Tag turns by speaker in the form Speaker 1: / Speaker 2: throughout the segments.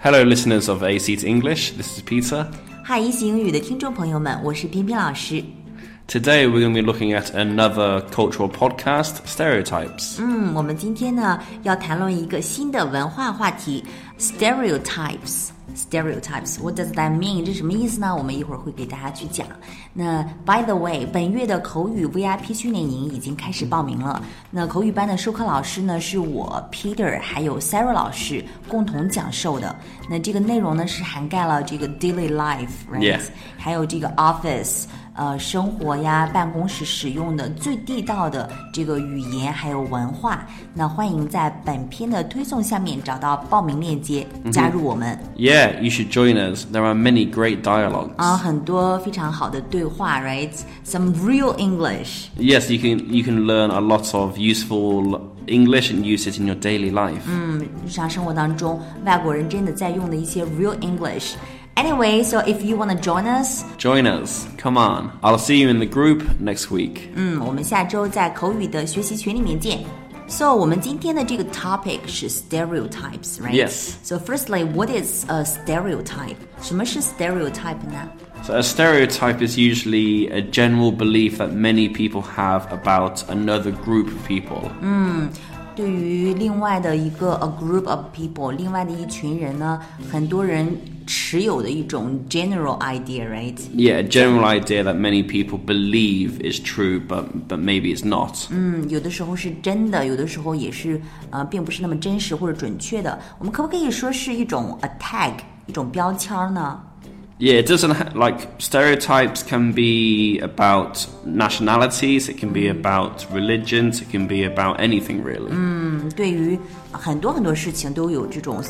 Speaker 1: Hello, listeners of A Seat English. This is Peter.
Speaker 2: 汉一席英语的听众朋友们，我是彬彬老师。
Speaker 1: Today, we're going to be looking at another cultural podcast, Stereotypes.
Speaker 2: 嗯，我们今天呢要谈论一个新的文化话题，stereotypes。Stereotypes, what does that mean？这什么意思呢？我们一会儿会给大家去讲。那 By the way，本月的口语 VIP 训练营已经开始报名了。那口语班的授课老师呢是我 Peter 还有 Sarah 老师共同讲授的。那这个内容呢是涵盖了这个 daily life，right？、
Speaker 1: Yeah.
Speaker 2: 还有这个 office，呃，生活呀，办公室使用的最地道的这个语言还有文化。那欢迎在本片的推送下面找到报名链接，加入我们。
Speaker 1: Yeah, you should join us. There are many great dialogues.
Speaker 2: 啊，很多非常好的对话，right？Some real English。
Speaker 1: Yes, you can you can learn a lot of useful English and use it in your daily life.
Speaker 2: 日常生活当中，外国人真的在用的一些 real English。Anyway, so if you wanna join us，
Speaker 1: Join us. Come on. I'll see you in the group next week.
Speaker 2: 嗯，我们下周在口语的学习群里面见。So 我们今天的这个 topic 是 stereotypes, right?
Speaker 1: Yes.
Speaker 2: So firstly, what is a stereotype? 什么是 stereotype 呢？
Speaker 1: So a stereotype is usually a general belief that many people have about another group of people.
Speaker 2: 对于另外的一个 a group of people，另外的一群人呢，很多人持有的一种 general idea, right?
Speaker 1: Yeah, a general idea that many people believe is true, but but maybe it's not.
Speaker 2: 嗯，有的时候是真的，有的时候也是呃，并不是那么真实或者准确的。我们可不可以说是一种 a tag，一种标签儿呢？
Speaker 1: Yeah, it doesn't ha- like stereotypes can be about nationalities, it can be
Speaker 2: Mm.
Speaker 1: about religions, it can be about anything really.
Speaker 2: 对于很多很多事情都有这种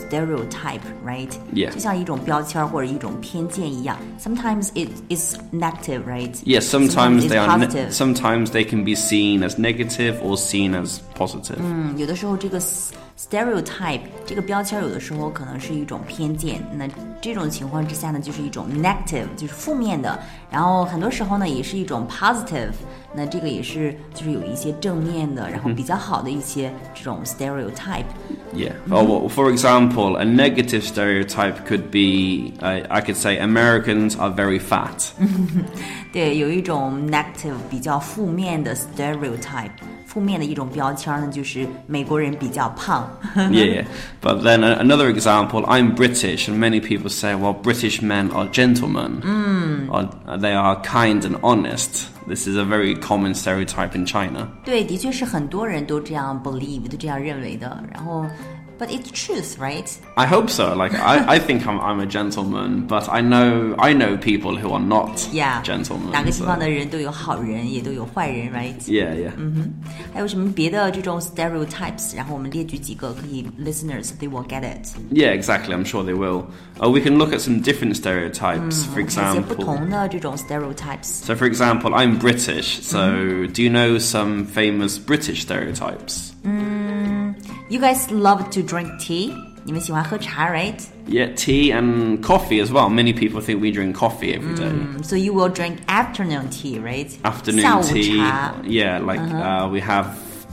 Speaker 2: stereotype，right？、
Speaker 1: Yeah.
Speaker 2: 就像一种标签儿或者一种偏见一样。Sometimes it is negative，right？
Speaker 1: Yeah, sometimes
Speaker 2: it's
Speaker 1: they are ne-
Speaker 2: positive.
Speaker 1: sometimes they can be seen as negative or seen as positive.
Speaker 2: 嗯，有的时候这个 s- stereotype 这个标签，有的时候可能是一种偏见。那这种情况之下呢，就是一种 negative，就是负面的。然后很多时候呢，也是一种 positive。那这个也是就是有一些正面的，然后比较好的一些这种 stereotype。
Speaker 1: Yeah.
Speaker 2: Mm.
Speaker 1: Oh, well, for example, a negative stereotype could be uh, I could say Americans are very fat.
Speaker 2: 对，有一种 negative 比较负面的 stereotype，负面的一种标签呢，就是美国人比较胖。
Speaker 1: yeah. But then a- another example, I'm British, and many people say, well, British men are gentlemen. Or, they are kind and honest. This is a very common stereotype in China.
Speaker 2: 对，的确是很多人都这样 believe，都这样认为的。然后，but it's truth, right？
Speaker 1: I hope so. Like, I, I think I'm, I'm a gentleman, but I know I know people who are not
Speaker 2: Yeah，
Speaker 1: gentlemen.
Speaker 2: 哪个地
Speaker 1: so-
Speaker 2: 方的人都有好人，也都有坏人，right？
Speaker 1: Yeah, yeah.
Speaker 2: 还有什么别的这种 stereotypes？然后我们列举几个，可以 listeners they will get it。
Speaker 1: Yeah, exactly. I'm sure they will. Uh, we can look at some different stereotypes. For
Speaker 2: 一些不
Speaker 1: example,
Speaker 2: 同的这种 stereotypes。
Speaker 1: So, for example, I'm British. So, do you know some famous British stereotypes?
Speaker 2: You guys love to drink tea，你们喜欢喝茶，right？So
Speaker 1: Yeah, tea and coffee as well. Many people think we drink coffee every day.
Speaker 2: 嗯 you will drink afternoon tea，right？
Speaker 1: Afternoon
Speaker 2: 下午
Speaker 1: tea.
Speaker 2: 茶。
Speaker 1: Yeah, like uh we have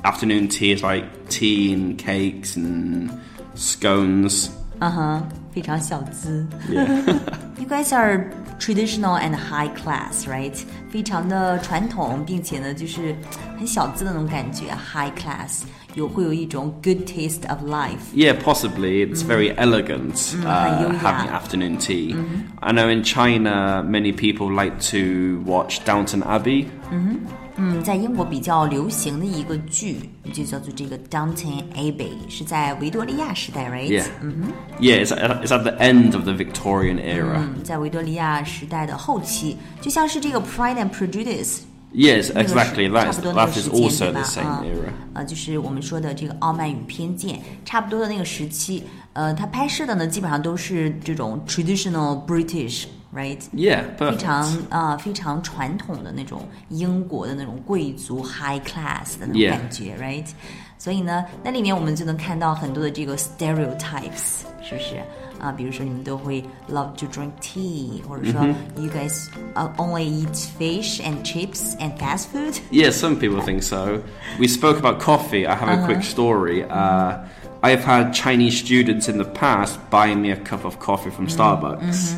Speaker 1: afternoon tea is like tea and cakes and scones.
Speaker 2: 嗯哼，非常小资。
Speaker 1: Yeah.
Speaker 2: You guys are traditional and high class, right？非常的传统，并且呢，就是很小资的那种感觉，high class，有会有一种 good taste of life。
Speaker 1: yeah, possibly. It's very elegant uh,
Speaker 2: yeah.
Speaker 1: having afternoon tea. I know in China, many people like to watch Downton Abbey.
Speaker 2: 嗯，在英国比较流行的一个剧就叫做这个 Downton Abbey，是在维多利亚时代，right？
Speaker 1: Yeah. Yeah, it's at, it's at the end of the Victorian era.
Speaker 2: 嗯，在维多利亚时代的后期，就像是这个《Pride and Prejudice》
Speaker 1: Yes,
Speaker 2: 那个是
Speaker 1: exactly.
Speaker 2: 差
Speaker 1: That's,
Speaker 2: 不多那个
Speaker 1: that
Speaker 2: 时
Speaker 1: is
Speaker 2: 间
Speaker 1: also
Speaker 2: 对吧
Speaker 1: the same
Speaker 2: 啊
Speaker 1: era.
Speaker 2: 呃，就是我们说的这个《傲慢与偏见》，差不多的那个时期，呃，它拍摄的呢，基本上都是这种 traditional British，right？
Speaker 1: Yeah,
Speaker 2: 非
Speaker 1: perfect.
Speaker 2: 常啊、非常传统的那种英国的那种贵族 high class 的那种
Speaker 1: Yeah.
Speaker 2: 感觉，right？所以呢，那里面我们就能看到很多的这个 stereotypes，是不是？啊，比如说你们都会 love to drink tea，或者说 you guys uh, only eat fish and chips and fast food。
Speaker 1: Uh-huh. Yeah, some people think so. We spoke about coffee. I have a quick story. Uh, I've had Chinese students in the past buying me a cup of coffee from Starbucks.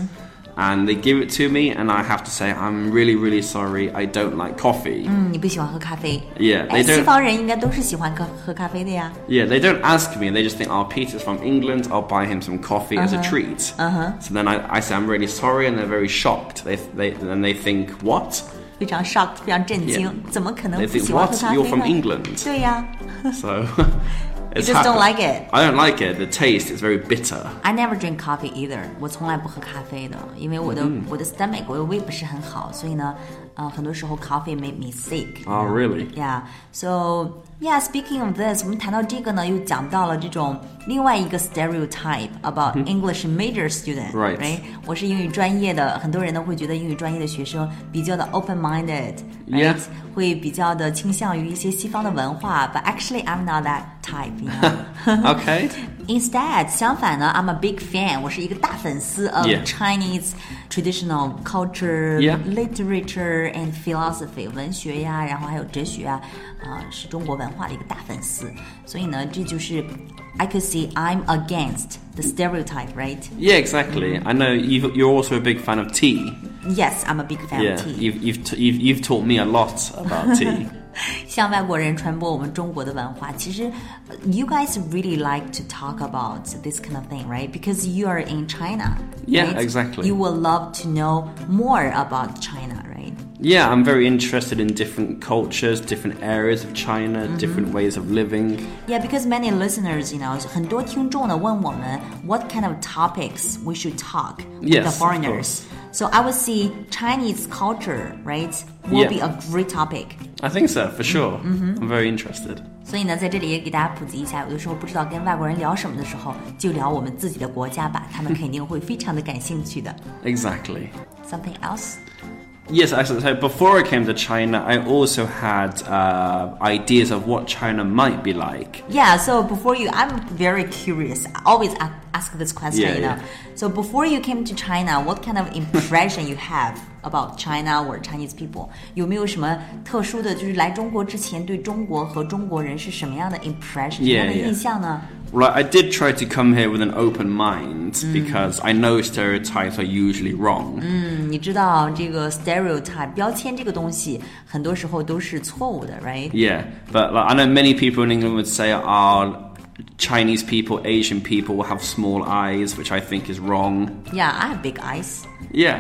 Speaker 1: And they give it to me, and I have to say, I'm really, really sorry. I don't like coffee.
Speaker 2: 嗯，你不喜欢喝咖啡。
Speaker 1: Yeah,
Speaker 2: 哎，
Speaker 1: they
Speaker 2: 西
Speaker 1: don't.
Speaker 2: 方人应该都是喜欢喝喝咖啡的呀。
Speaker 1: Yeah, they don't ask me. They just think, oh, Peter's from England. I'll buy him some coffee as a treat. Uh-huh. So then I, I say, I'm really sorry, and they're very shocked. They, they, and they think, what?
Speaker 2: 非常 shocked，非常震惊
Speaker 1: Yeah.
Speaker 2: 怎么可能
Speaker 1: They
Speaker 2: 不
Speaker 1: think,
Speaker 2: 喜欢喝
Speaker 1: what?
Speaker 2: 咖
Speaker 1: You're from
Speaker 2: 啡呢？
Speaker 1: England.
Speaker 2: 对呀、
Speaker 1: So it's
Speaker 2: just
Speaker 1: happened.
Speaker 2: don't like it.
Speaker 1: I don't like it. The taste is very bitter.
Speaker 2: I never drink coffee either，我从来不喝咖啡的，因为我的、
Speaker 1: 嗯
Speaker 2: 我的 stomach 我的胃不是很好，所以呢，呃，很多时候 coffee make me sick。
Speaker 1: Oh, really?
Speaker 2: Yeah. So yeah, speaking of this，我们谈到这个呢，又讲到了这种另外一个 stereotype about English major student、
Speaker 1: 嗯 Right.
Speaker 2: 我是英语专业的，很多人呢会觉得英语专业的学生比较的 open minded。
Speaker 1: Yeah.
Speaker 2: 会比较的倾向于一些西方的文化，but actually I'm not that type. You know?
Speaker 1: Okay.
Speaker 2: Instead，相反呢，I'm a big fan，我是一个大粉丝 of
Speaker 1: Yeah.
Speaker 2: Chinese traditional culture、
Speaker 1: Yeah.
Speaker 2: literature and philosophy，文学呀，然后还有哲学啊，啊、是中国文化的一个大粉丝。所以呢，这就是 I could say I'm against the stereotype，right?
Speaker 1: Yeah, exactly. I know you've, you're also a big fan of tea.
Speaker 2: Yes, I'm a big fan
Speaker 1: yeah,
Speaker 2: of tea.
Speaker 1: You've, you've, t- you've, you've taught me a lot about tea.
Speaker 2: 向外国人传播我们中国的文化。其实呃，you guys really like to talk about this kind of thing, right? Because you are in China.
Speaker 1: Yeah,
Speaker 2: right?
Speaker 1: exactly.
Speaker 2: You will love to know more about China, right?
Speaker 1: yeah, I'm very interested in different cultures, different areas of China,
Speaker 2: Mm-hmm.
Speaker 1: different ways of living.
Speaker 2: Yeah, because many listeners, you know, 很多听众呢问我们 what kind of topics we should talk with
Speaker 1: Yes,
Speaker 2: the
Speaker 1: of
Speaker 2: foreigners. So I would say Chinese culture, right, will
Speaker 1: Yeah.
Speaker 2: be a great topic.
Speaker 1: I think so, for sure.
Speaker 2: Mm-hmm.
Speaker 1: I'm very interested.
Speaker 2: 所以呢，在这里也给大家普及一下，有的时候不知道跟外国人聊什么的时候，就聊我们自己的国家吧，他们肯定会非常的感兴趣的。
Speaker 1: Exactly.
Speaker 2: Something else?
Speaker 1: Yes, actually, so before I came to China, I also had uh, ideas of what China might be like.
Speaker 2: Yeah. So before you, I'm very curious. I always a- ask this question.
Speaker 1: Yeah,
Speaker 2: you know.
Speaker 1: yeah.
Speaker 2: So before you came to China, what kind of impression you have about China or Chinese people? 有没有什么特殊的，就是来中国之前对中国和中国人是什么样的 impression，什么
Speaker 1: Yeah,
Speaker 2: 样的
Speaker 1: yeah.
Speaker 2: 印象呢
Speaker 1: Well, I did try to come here with an open mind because I know stereotypes are usually wrong.
Speaker 2: 嗯，你知道这个 stereotype 标签这个东西，很多时候都是错误的，right？
Speaker 1: Yeah, but like, I know many people in England would say, "Oh, Chinese people, Asian people will have small eyes," which I think is wrong.
Speaker 2: Yeah, I have big eyes.
Speaker 1: Yeah.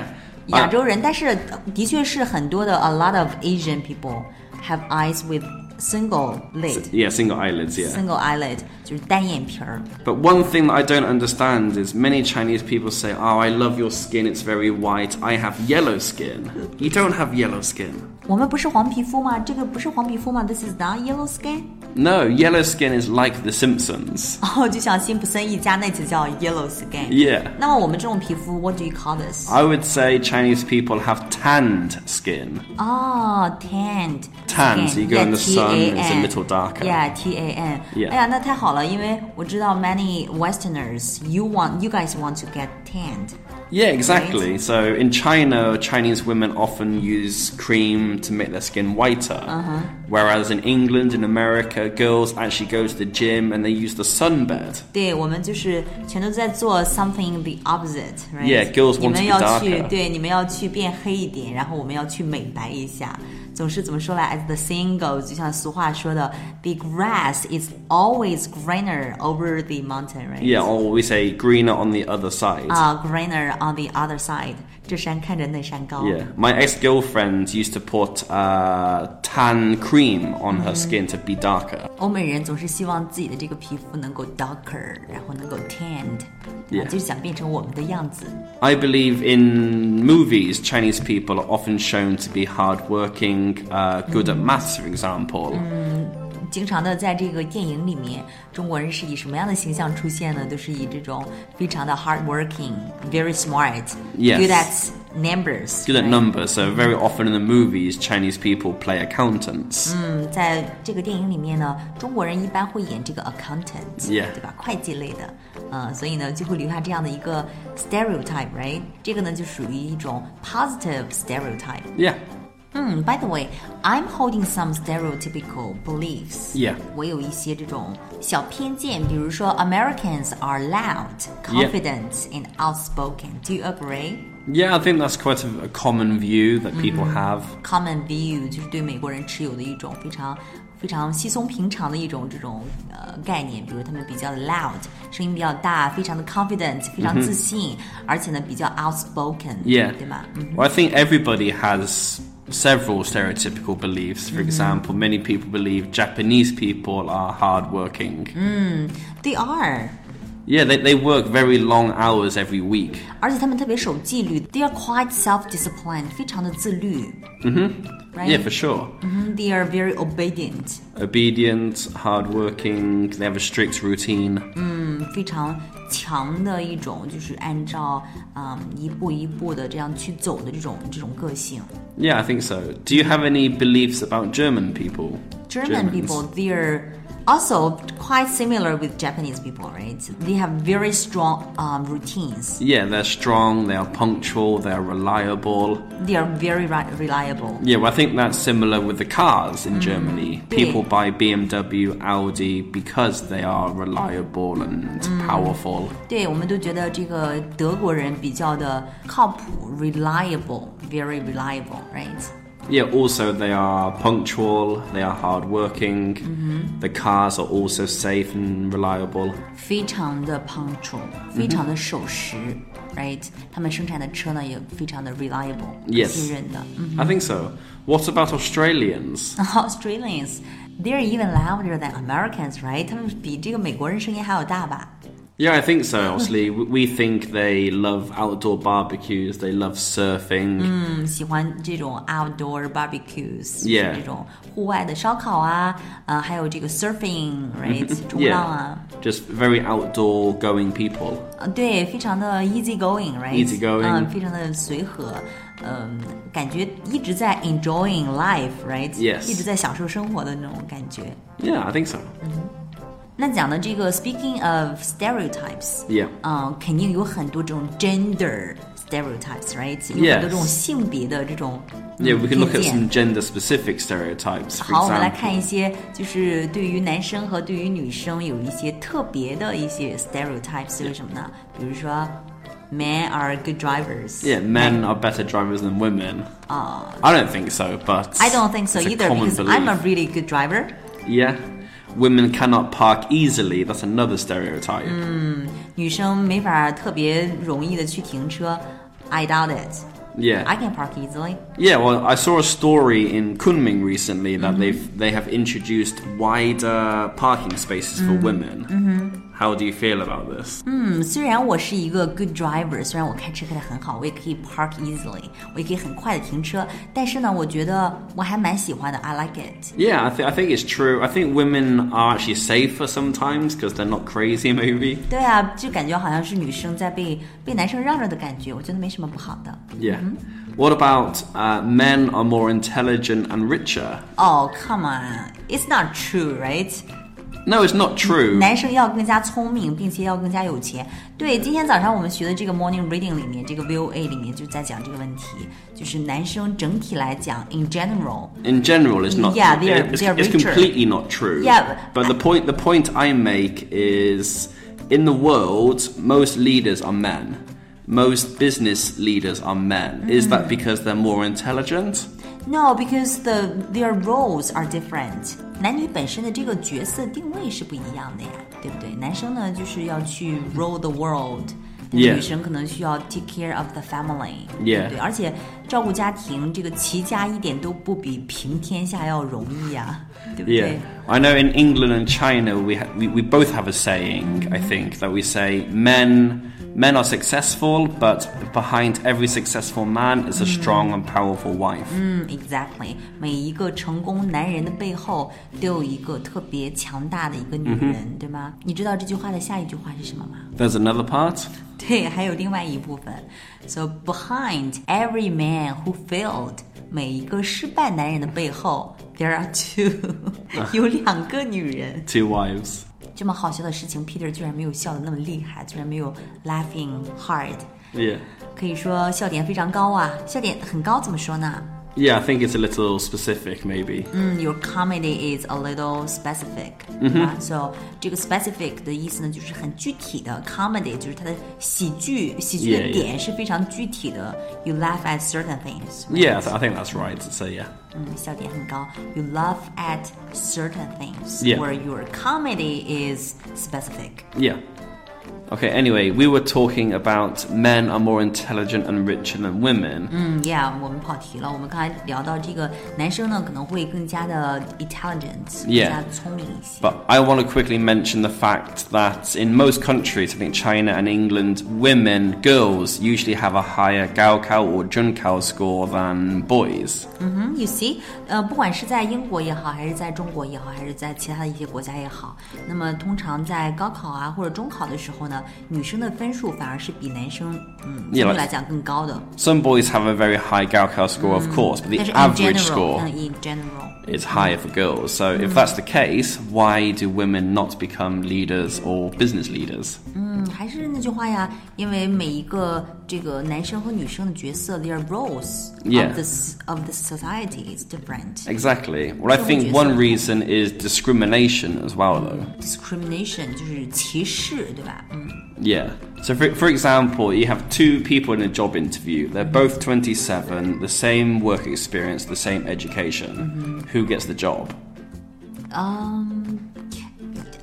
Speaker 1: Uh,
Speaker 2: 亚
Speaker 1: I-
Speaker 2: 洲人，但是的确是很多的 a lot of Asian people have eyes with single lid,
Speaker 1: yeah, single eyelids, yeah.
Speaker 2: single eyelid，就是单眼皮儿。
Speaker 1: But one thing that I don't understand is many Chinese people say, "Oh, I love your skin; it's very white. I have yellow skin. You don't have yellow skin.
Speaker 2: 我们不是黄皮肤吗？这个不是黄皮肤吗？This is not yellow skin。
Speaker 1: No, yellow skin is like The Simpsons.
Speaker 2: 哦，就像辛普森一家那就叫 yellow skin。
Speaker 1: Yeah.
Speaker 2: 那么我们这种皮肤，what do you call this？
Speaker 1: I would say Chinese people have tanned skin.
Speaker 2: 哦、t a n n e d
Speaker 1: Tan, so you go in the sun, it's a little darker.
Speaker 2: Yeah, T A N.
Speaker 1: Yeah.
Speaker 2: 哎呀，那太好了，因为我知道 many Westerners, you want, you guys want to get tanned.
Speaker 1: Yeah, exactly. So in China, Chinese women often use cream to make their skin whiter. Whereas in England and America, girls actually go to the gym and they use the sunbed.
Speaker 2: 对，我们就是全都在做 something the opposite，right？、
Speaker 1: Yeah, girls
Speaker 2: 你
Speaker 1: want to be
Speaker 2: 们要去
Speaker 1: darker.
Speaker 2: 对，你们要去变黑一点，然后我们要去美白一下。总是怎么说来？As the saying goes，就像俗话说的，the grass is always greener over the mountain，right？
Speaker 1: Yeah, or we say greener on the other side.
Speaker 2: 啊、g r e e n e r on the other side，这山看着那山高。
Speaker 1: Yeah, my ex-girlfriend used to put uh, tan cream on her skin to be darker.
Speaker 2: 欧美人总是希望自己的这个皮肤能够 darker，然后能够 tanned，、啊
Speaker 1: Yeah.
Speaker 2: 就是想变成我们的样子。
Speaker 1: I believe in movies, Chinese people are often shown to be hardworking, uh, good at maths, for example.
Speaker 2: Mm, 经常的在这个电影里面，中国人是以什么样的形象出现呢？都是以这种非常的 hardworking、very smart、
Speaker 1: Yes.
Speaker 2: good at numbers、
Speaker 1: Good at
Speaker 2: right？
Speaker 1: numbers, so very often in the movies, Chinese people play accountants.
Speaker 2: 嗯，在这个电影里面呢，中国人一般会演这个 accountant，、
Speaker 1: Yeah.
Speaker 2: 对吧？会计类的，嗯，所以呢就会留下这样的一个 stereotype，right？这个呢就属于一种 positive stereotype。
Speaker 1: Yeah.
Speaker 2: 嗯，By the way, I'm holding some stereotypical beliefs.
Speaker 1: Yeah.
Speaker 2: 我有一些这种小偏见，比如说 Americans are loud,
Speaker 1: Yeah.
Speaker 2: confident, and outspoken. Do you agree?
Speaker 1: Yeah, I think that's quite a, a common view that people
Speaker 2: Mm.
Speaker 1: have.
Speaker 2: Common view 就是对美国人持有的一种非常。非常稀松平常的一种这种呃概念，比如他们比较 loud，声音比较大，非常的 confident，非常自信，而且呢比较 outspoken，、
Speaker 1: 嗯 Yeah.
Speaker 2: 对吗？嗯。
Speaker 1: Well, I think everybody has several stereotypical beliefs.
Speaker 2: Mm-hmm.
Speaker 1: For example, many people believe Japanese people are hardworking.
Speaker 2: Mm. They are，
Speaker 1: Yeah, they, they work very long hours every week.
Speaker 2: 而且他们特别守纪律，they are quite self-disciplined，非常的自律。嗯哼
Speaker 1: Yeah,
Speaker 2: ，right？
Speaker 1: for sure.
Speaker 2: 嗯 They are very obedient，
Speaker 1: Obedient, hardworking, they have a strict routine.
Speaker 2: 嗯非常强的一种，就是按照嗯一步一步的这样去走的这种这种个性。
Speaker 1: Yeah, I think so. Do you have any beliefs about German people?
Speaker 2: German
Speaker 1: Germans.
Speaker 2: people, they are also quite similar with Japanese people, right? They have very strong um, routines.
Speaker 1: Yeah, they're strong, they are punctual, they are reliable.
Speaker 2: They are very ri- reliable.
Speaker 1: Yeah, well, I think that's similar with the cars in Germany. People
Speaker 2: Yeah.
Speaker 1: buy BMW, Audi because they are reliable and powerful.
Speaker 2: 对，我们都觉得这个德国人比较的靠谱，reliable, very reliable, right?
Speaker 1: Yeah, also they are punctual, they are hardworking. The cars are also safe and reliable.
Speaker 2: 非常的 punctual，非常的守时、r i g h t 他们生产的车呢也非常的 reliable，
Speaker 1: Yes
Speaker 2: 信任的。 嗯
Speaker 1: I think so. What about Australians?
Speaker 2: Australians, they're even louder than Americans, right? 他们比这个美国人声音还要大吧？
Speaker 1: Yeah, I think so. Obviously, we we think they love outdoor barbecues, they love surfing.
Speaker 2: 嗯，喜欢这种 outdoor barbecues，就是
Speaker 1: Yeah
Speaker 2: 这种户外的烧烤啊，呃，还有这 个 surfing，right，冲浪啊
Speaker 1: Just very outdoor going people.
Speaker 2: 呃对，非常的 easy going，right，
Speaker 1: Easy going
Speaker 2: 嗯，非常的随和，嗯、感觉一直在 enjoying life，right，、
Speaker 1: Yes
Speaker 2: 一直在享受生活的那种感觉。
Speaker 1: Yeah, I think so.
Speaker 2: 那讲的这个 speaking of stereotypes，
Speaker 1: Yeah.
Speaker 2: 嗯，肯定有很多这种 gender stereotypes，right，有
Speaker 1: Yes
Speaker 2: 很多这种性别的这种
Speaker 1: Yeah,
Speaker 2: 嗯
Speaker 1: we can look
Speaker 2: 偏
Speaker 1: at
Speaker 2: 见
Speaker 1: some gender specific stereotypes. For
Speaker 2: 好，我们来
Speaker 1: example,
Speaker 2: 看一些，就是对于男生和对于女生有一些特别的一些 stereotypes，为什么呢？比如说，men are good drivers。
Speaker 1: yeah, men are better drivers than women. I don't think so, but
Speaker 2: Ah. I don't think so
Speaker 1: it's a
Speaker 2: either
Speaker 1: common
Speaker 2: because I'm a
Speaker 1: belief.
Speaker 2: really good driver。
Speaker 1: yeah. Women cannot park easily. That's another stereotype.
Speaker 2: Mm. 女生没法特别容易的去停车。I doubt it.
Speaker 1: Yeah,
Speaker 2: I can park easily.
Speaker 1: yeah. Well, I saw a story in Kunming recently that they've they have introduced wider parking spaces for women. How do you feel about this?
Speaker 2: 嗯，虽然我是一个 good driver，虽然我开车开得很好，我也可以 park easily，我也可以很快的停车，但是呢，我觉得我还蛮喜欢的。I like it.
Speaker 1: Yeah, I, th- I think it's true. I think women are actually safer sometimes because they're not crazy, maybe.
Speaker 2: 对啊，就感觉好像是女生在被被男生让着的感觉，我觉得没什么不好的。
Speaker 1: Yeah. What about uh, men are more intelligent and richer?
Speaker 2: Oh come on, it's not true, right？
Speaker 1: No, it's not true.
Speaker 2: 男生要更加聪明，并且要更加有钱。对，今天早上我们学的这个 morning reading 里面，这个 VOA 里面就在讲这个问题，就是男生整体来讲，in general，
Speaker 1: In general, it's not.
Speaker 2: Yeah, they're-
Speaker 1: it's,
Speaker 2: they're
Speaker 1: it's
Speaker 2: richer.
Speaker 1: completely not true.
Speaker 2: Yeah,
Speaker 1: But
Speaker 2: but-
Speaker 1: the point the point I make is, in the world, most leaders are men. Most business leaders are men. Is
Speaker 2: Mm-hmm.
Speaker 1: that because they're more intelligent?
Speaker 2: No, because the their roles are different. 男女本身的这个角色定位是不一样的呀，对不对？男生呢，就是要去 rule the world，但是
Speaker 1: Yeah.
Speaker 2: 女生可能需要 take care of the family，对
Speaker 1: Yeah.
Speaker 2: 不对？而且照顾家庭，这个齐家一点都不比平天下要容易呀，对不
Speaker 1: Yeah.
Speaker 2: 对？
Speaker 1: I know in England and China we, ha- we we both have a saying
Speaker 2: Mm-hmm.
Speaker 1: I think that we say men men are successful but behind every successful man is a
Speaker 2: Mm-hmm.
Speaker 1: strong and powerful wife.
Speaker 2: 嗯，exactly，每一个成功男人的背后都有一个特别强大的一个女
Speaker 1: 嗯
Speaker 2: 人，对吗？你知道这句话的下一句话是什么吗？
Speaker 1: There's another part.
Speaker 2: 对，还有另外一部分。So behind every man who failed，每一个失败男人的背后，there are two，有 两个女人。
Speaker 1: Two wives.
Speaker 2: 这么好笑的事情，Peter 居然没有笑的那么厉害，居然没有 laughing hard，
Speaker 1: Yeah.
Speaker 2: 可以说笑点非常高啊。笑点很高怎么说呢
Speaker 1: Yeah, I think it's a little specific, maybe.
Speaker 2: Mm, your comedy is a little specific，嗯、right? So 这个 specific 的意思呢，就是很具体的。Comedy 就是它的喜剧，喜剧
Speaker 1: Yeah,
Speaker 2: 的
Speaker 1: yeah.
Speaker 2: 点是非常具体的。You laugh at certain things，、
Speaker 1: Yeah, I think that's right. So yeah,
Speaker 2: 嗯，笑点很高。You laugh at certain things，、
Speaker 1: Yeah.
Speaker 2: where your comedy is specific。
Speaker 1: yeah. Okay. Anyway, we were talking about men are more intelligent and richer than women.
Speaker 2: 嗯，Yeah，我们跑题了。我们刚才聊到这个男生呢，可能会更加的 intelligent，更
Speaker 1: Yeah.
Speaker 2: 加聪明一些。
Speaker 1: But I want to quickly mention the fact that in most countries, I think China and England, women, girls usually have a higher Gaokao or Junkao score than boys.
Speaker 2: 嗯，You see，呃，不管是在英国也好，还是在中国也好，还是在其他的一些国家也好，那么通常在高考啊或者中考的时候呢，女生的分数反而是比男生，嗯，相
Speaker 1: Yeah,
Speaker 2: 对
Speaker 1: like-
Speaker 2: 来讲更高的。
Speaker 1: Some boys have a very high Gaokao score, of course, but the
Speaker 2: 但是 Mm. in
Speaker 1: average
Speaker 2: general，
Speaker 1: score
Speaker 2: 嗯，in general，
Speaker 1: is higher for girls. So if that's the case, why do women not become leaders or business leaders?
Speaker 2: 嗯，还是那句话呀，因为每一个这个男生和女生的角色，their roles
Speaker 1: Yeah.
Speaker 2: of the s- of the society is different。
Speaker 1: Exactly. Well, I
Speaker 2: So would
Speaker 1: think
Speaker 2: you
Speaker 1: one
Speaker 2: say-
Speaker 1: reason is discrimination as well, though.
Speaker 2: Discrimination 就是歧视，对吧？嗯。
Speaker 1: Yeah. So, for, for example, you have two people in a job interview. They're both 27, the same work experience, the same education. Who gets Mm-hmm. the job?
Speaker 2: Um,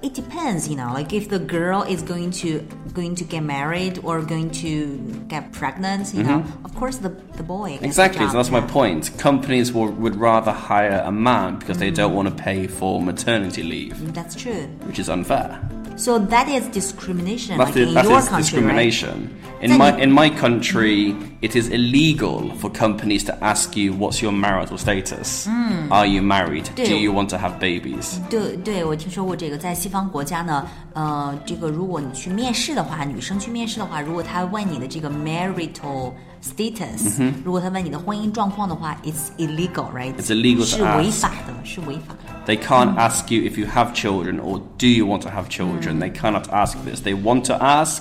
Speaker 2: it depends, you know. Like if the girl is going to going to get married or going to get pregnant, you know, of course the the boy. gets the
Speaker 1: Mm-hmm. Exactly.
Speaker 2: job,
Speaker 1: So that's my
Speaker 2: yeah.
Speaker 1: point. Companies will, would rather hire a man because they don't want to pay for maternity leave,
Speaker 2: Mm, That's true.
Speaker 1: which is unfair.
Speaker 2: So that is discrimination,
Speaker 1: That's
Speaker 2: like
Speaker 1: the-
Speaker 2: in
Speaker 1: that
Speaker 2: your
Speaker 1: is
Speaker 2: country, right?
Speaker 1: discrimination. In my in my country, it is illegal for companies to ask you what's your marital status.
Speaker 2: Hmm.
Speaker 1: Are you married? Do
Speaker 2: Do-
Speaker 1: you want to have babies?
Speaker 2: 对对，我听说过这个，在西方国家呢，呃，这个如果你去面试的话，女生去面试的话，如果她问你的这个 marital status，、如果她问你的婚姻状况的话，it's illegal，right？
Speaker 1: It's illegal to
Speaker 2: 是违
Speaker 1: ask.
Speaker 2: 法的，是违法的。
Speaker 1: They can't
Speaker 2: Hmm.
Speaker 1: ask you if you have children or do you want to have children. They cannot ask this. They want to ask,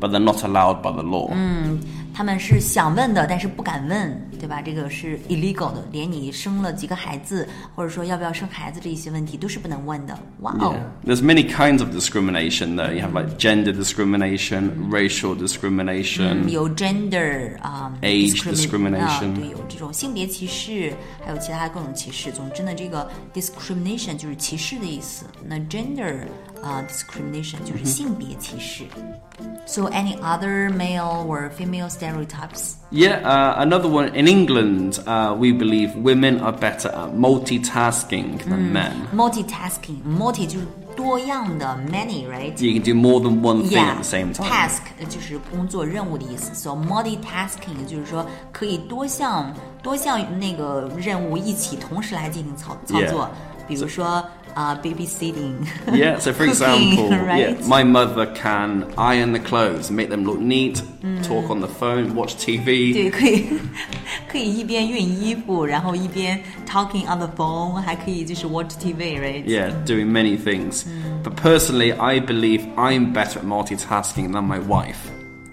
Speaker 1: but they're not allowed by the law.
Speaker 2: Hmm. 他们是想问的，但是不敢问，对吧？这个是 illegal 的，连你生了几个孩子，或者说要不要生孩子这一些问题都是不能问的。哇哦
Speaker 1: Yeah. There's many kinds of discrimination though. You have like gender discrimination, racial
Speaker 2: 嗯
Speaker 1: discrimination.
Speaker 2: 有 gender 啊、
Speaker 1: Age
Speaker 2: discrimin- 啊
Speaker 1: discrimination
Speaker 2: 对，有这种性别歧视，还有其他的各种歧视。总之呢，这个 discrimination 就是歧视的意思。那 gender 啊、discrimination
Speaker 1: 嗯
Speaker 2: 就是性别歧视。So any other male or female stereotypes?
Speaker 1: Yeah, uh, another one in England, uh, we believe women are better at multitasking than
Speaker 2: Hmm.
Speaker 1: men.
Speaker 2: Multitasking, multi 就是多样的，many right?
Speaker 1: You can do more than one thing
Speaker 2: Yeah,
Speaker 1: at the same time.
Speaker 2: task 呃就是工作任务的意思，so multitasking 就是说可以多项多项那个任务一起同时来进行操操
Speaker 1: Yeah.
Speaker 2: 作，比如说啊、babysitting，
Speaker 1: Yeah, so for example,
Speaker 2: Cooking, right?
Speaker 1: yeah, my mother can iron the clothes, make them look neat,
Speaker 2: Hmm.
Speaker 1: talk on the phone, watch TV.
Speaker 2: 对，可以 可以一边熨衣服，然后一边 talking on the phone，还可以就是 watch TV，right？
Speaker 1: Yeah, doing many things.
Speaker 2: Hmm.
Speaker 1: But personally, I believe I'm better at multitasking than my wife.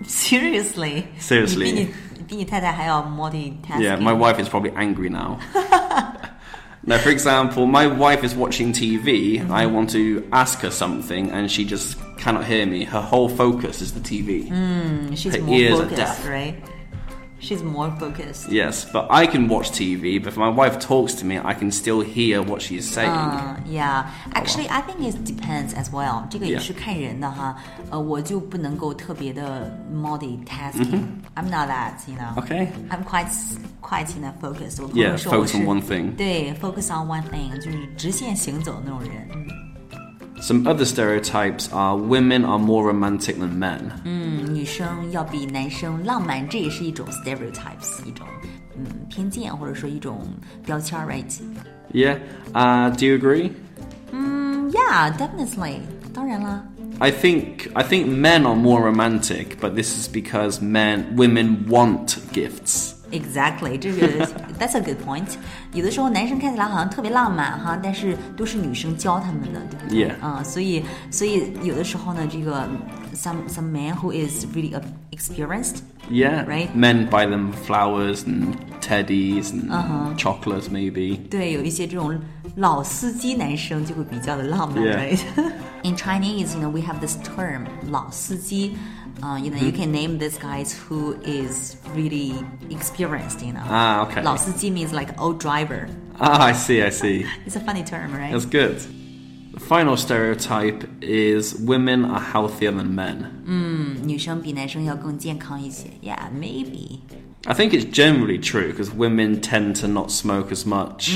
Speaker 2: Seriously，
Speaker 1: Seriously
Speaker 2: 你比你比你太太还要 multitasking。
Speaker 1: Yeah, my wife is probably angry now. now, for example, my wife is watching TV. I want to ask her something, and she just cannot hear me. Her whole focus is the TV.
Speaker 2: she's
Speaker 1: her
Speaker 2: more
Speaker 1: ears are
Speaker 2: focused,
Speaker 1: deaf.
Speaker 2: right? She's more focused.
Speaker 1: Yes, but I can watch TV, but if my wife talks to me, I can still hear what she's saying.
Speaker 2: Uh, yeah, actually, I think it depends as well. 这个也
Speaker 1: Yeah.
Speaker 2: 是看人的哈。呃，我就不能够特别的 multitasking. I'm not that, you know.
Speaker 1: 嗯 Okay.
Speaker 2: I'm quite s- quite you know focused. 我朋
Speaker 1: Yeah,
Speaker 2: 友说我
Speaker 1: focus
Speaker 2: 是
Speaker 1: on one thing.
Speaker 2: 对 focus on one thing，就是直线行走的那种人。
Speaker 1: Some other stereotypes are women are more romantic than men.
Speaker 2: 嗯，女生要比男生浪漫，这也是一种 stereotypes，一种嗯偏见或者说一种标签儿，right？
Speaker 1: Yeah, uh, do you agree?
Speaker 2: 嗯，Yeah, definitely，当然啦。
Speaker 1: I think I think men are more romantic, but this is because men women want gifts.
Speaker 2: Exactly，这个 That's a good point。有的时候男生看起来好像特别浪漫哈，但是都是女生教他们的，对不对
Speaker 1: Yeah.
Speaker 2: 嗯，所以所以有的时候呢，这个 some some man who is really uh, experienced
Speaker 1: Yeah.
Speaker 2: Right.
Speaker 1: Men buy them flowers and teddies and
Speaker 2: Uh-huh.
Speaker 1: chocolates, maybe.
Speaker 2: 对，有一些这种老司机男生就会比较的浪漫
Speaker 1: Yeah.
Speaker 2: right? In Chinese, you know, we have this term 老司机 Uh, you know, you can name these guys who is really experienced. You know,
Speaker 1: Ah, okay.
Speaker 2: 老司机 means like old driver.
Speaker 1: Ah, I see, I see.
Speaker 2: It's a funny term, right?
Speaker 1: That's good. The final stereotype is women are healthier than men.
Speaker 2: 女生比男生要更健康一些，Yeah, maybe.
Speaker 1: I think it's generally true because women tend to not smoke as much,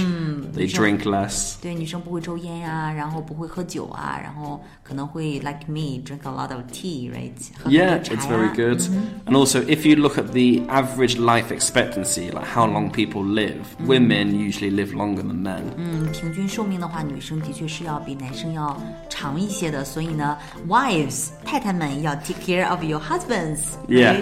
Speaker 1: they
Speaker 2: Hmm, sure.
Speaker 1: drink less.
Speaker 2: 对，女生不会抽烟呀、然后不会喝酒啊，然后可能会 like me drink a lot of tea, right? 喝很多
Speaker 1: Yeah,
Speaker 2: 茶
Speaker 1: it's
Speaker 2: 呀
Speaker 1: very good.
Speaker 2: Mm-hmm.
Speaker 1: And also, if you look at the average life expectancy, like how long people live,
Speaker 2: Mm-hmm.
Speaker 1: women usually live longer than men.
Speaker 2: 嗯，平均寿命的话，女生的确是要比男生要长一些的，所以呢，wives 太太们要 take care of your husbands，right？、
Speaker 1: Yeah.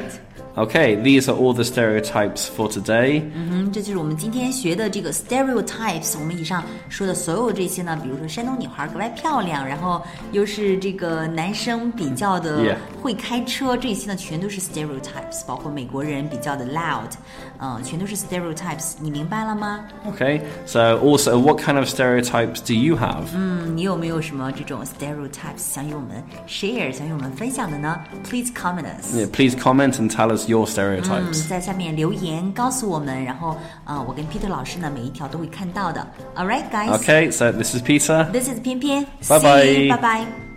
Speaker 1: Okay, these are all the stereotypes for today.
Speaker 2: 嗯，这就是我们今天学的这个 stereotypes。我们以上说的所有这些呢，比如说山东女孩格外漂亮，然后又是这个男生比较
Speaker 1: Yeah.
Speaker 2: 的会开车，这些呢全都是 stereotypes，包括美国人比较的 loud，嗯、全都是 stereotypes。你明白了吗？
Speaker 1: Okay, so also, what kind of stereotypes do you have?
Speaker 2: 嗯，你有没有什么这种 stereotypes 想与我们 share，想与我们分享的呢？Please comment us。
Speaker 1: Yeah, please comment and tell us your
Speaker 2: 嗯
Speaker 1: stereotypes.
Speaker 2: 在下面留言告诉我们，然后呃，我跟 Peter 老师呢每一条都会看到的。All right, guys.
Speaker 1: Okay, so this is Peter.
Speaker 2: This is 偏偏，
Speaker 1: Bye bye
Speaker 2: See you，拜拜。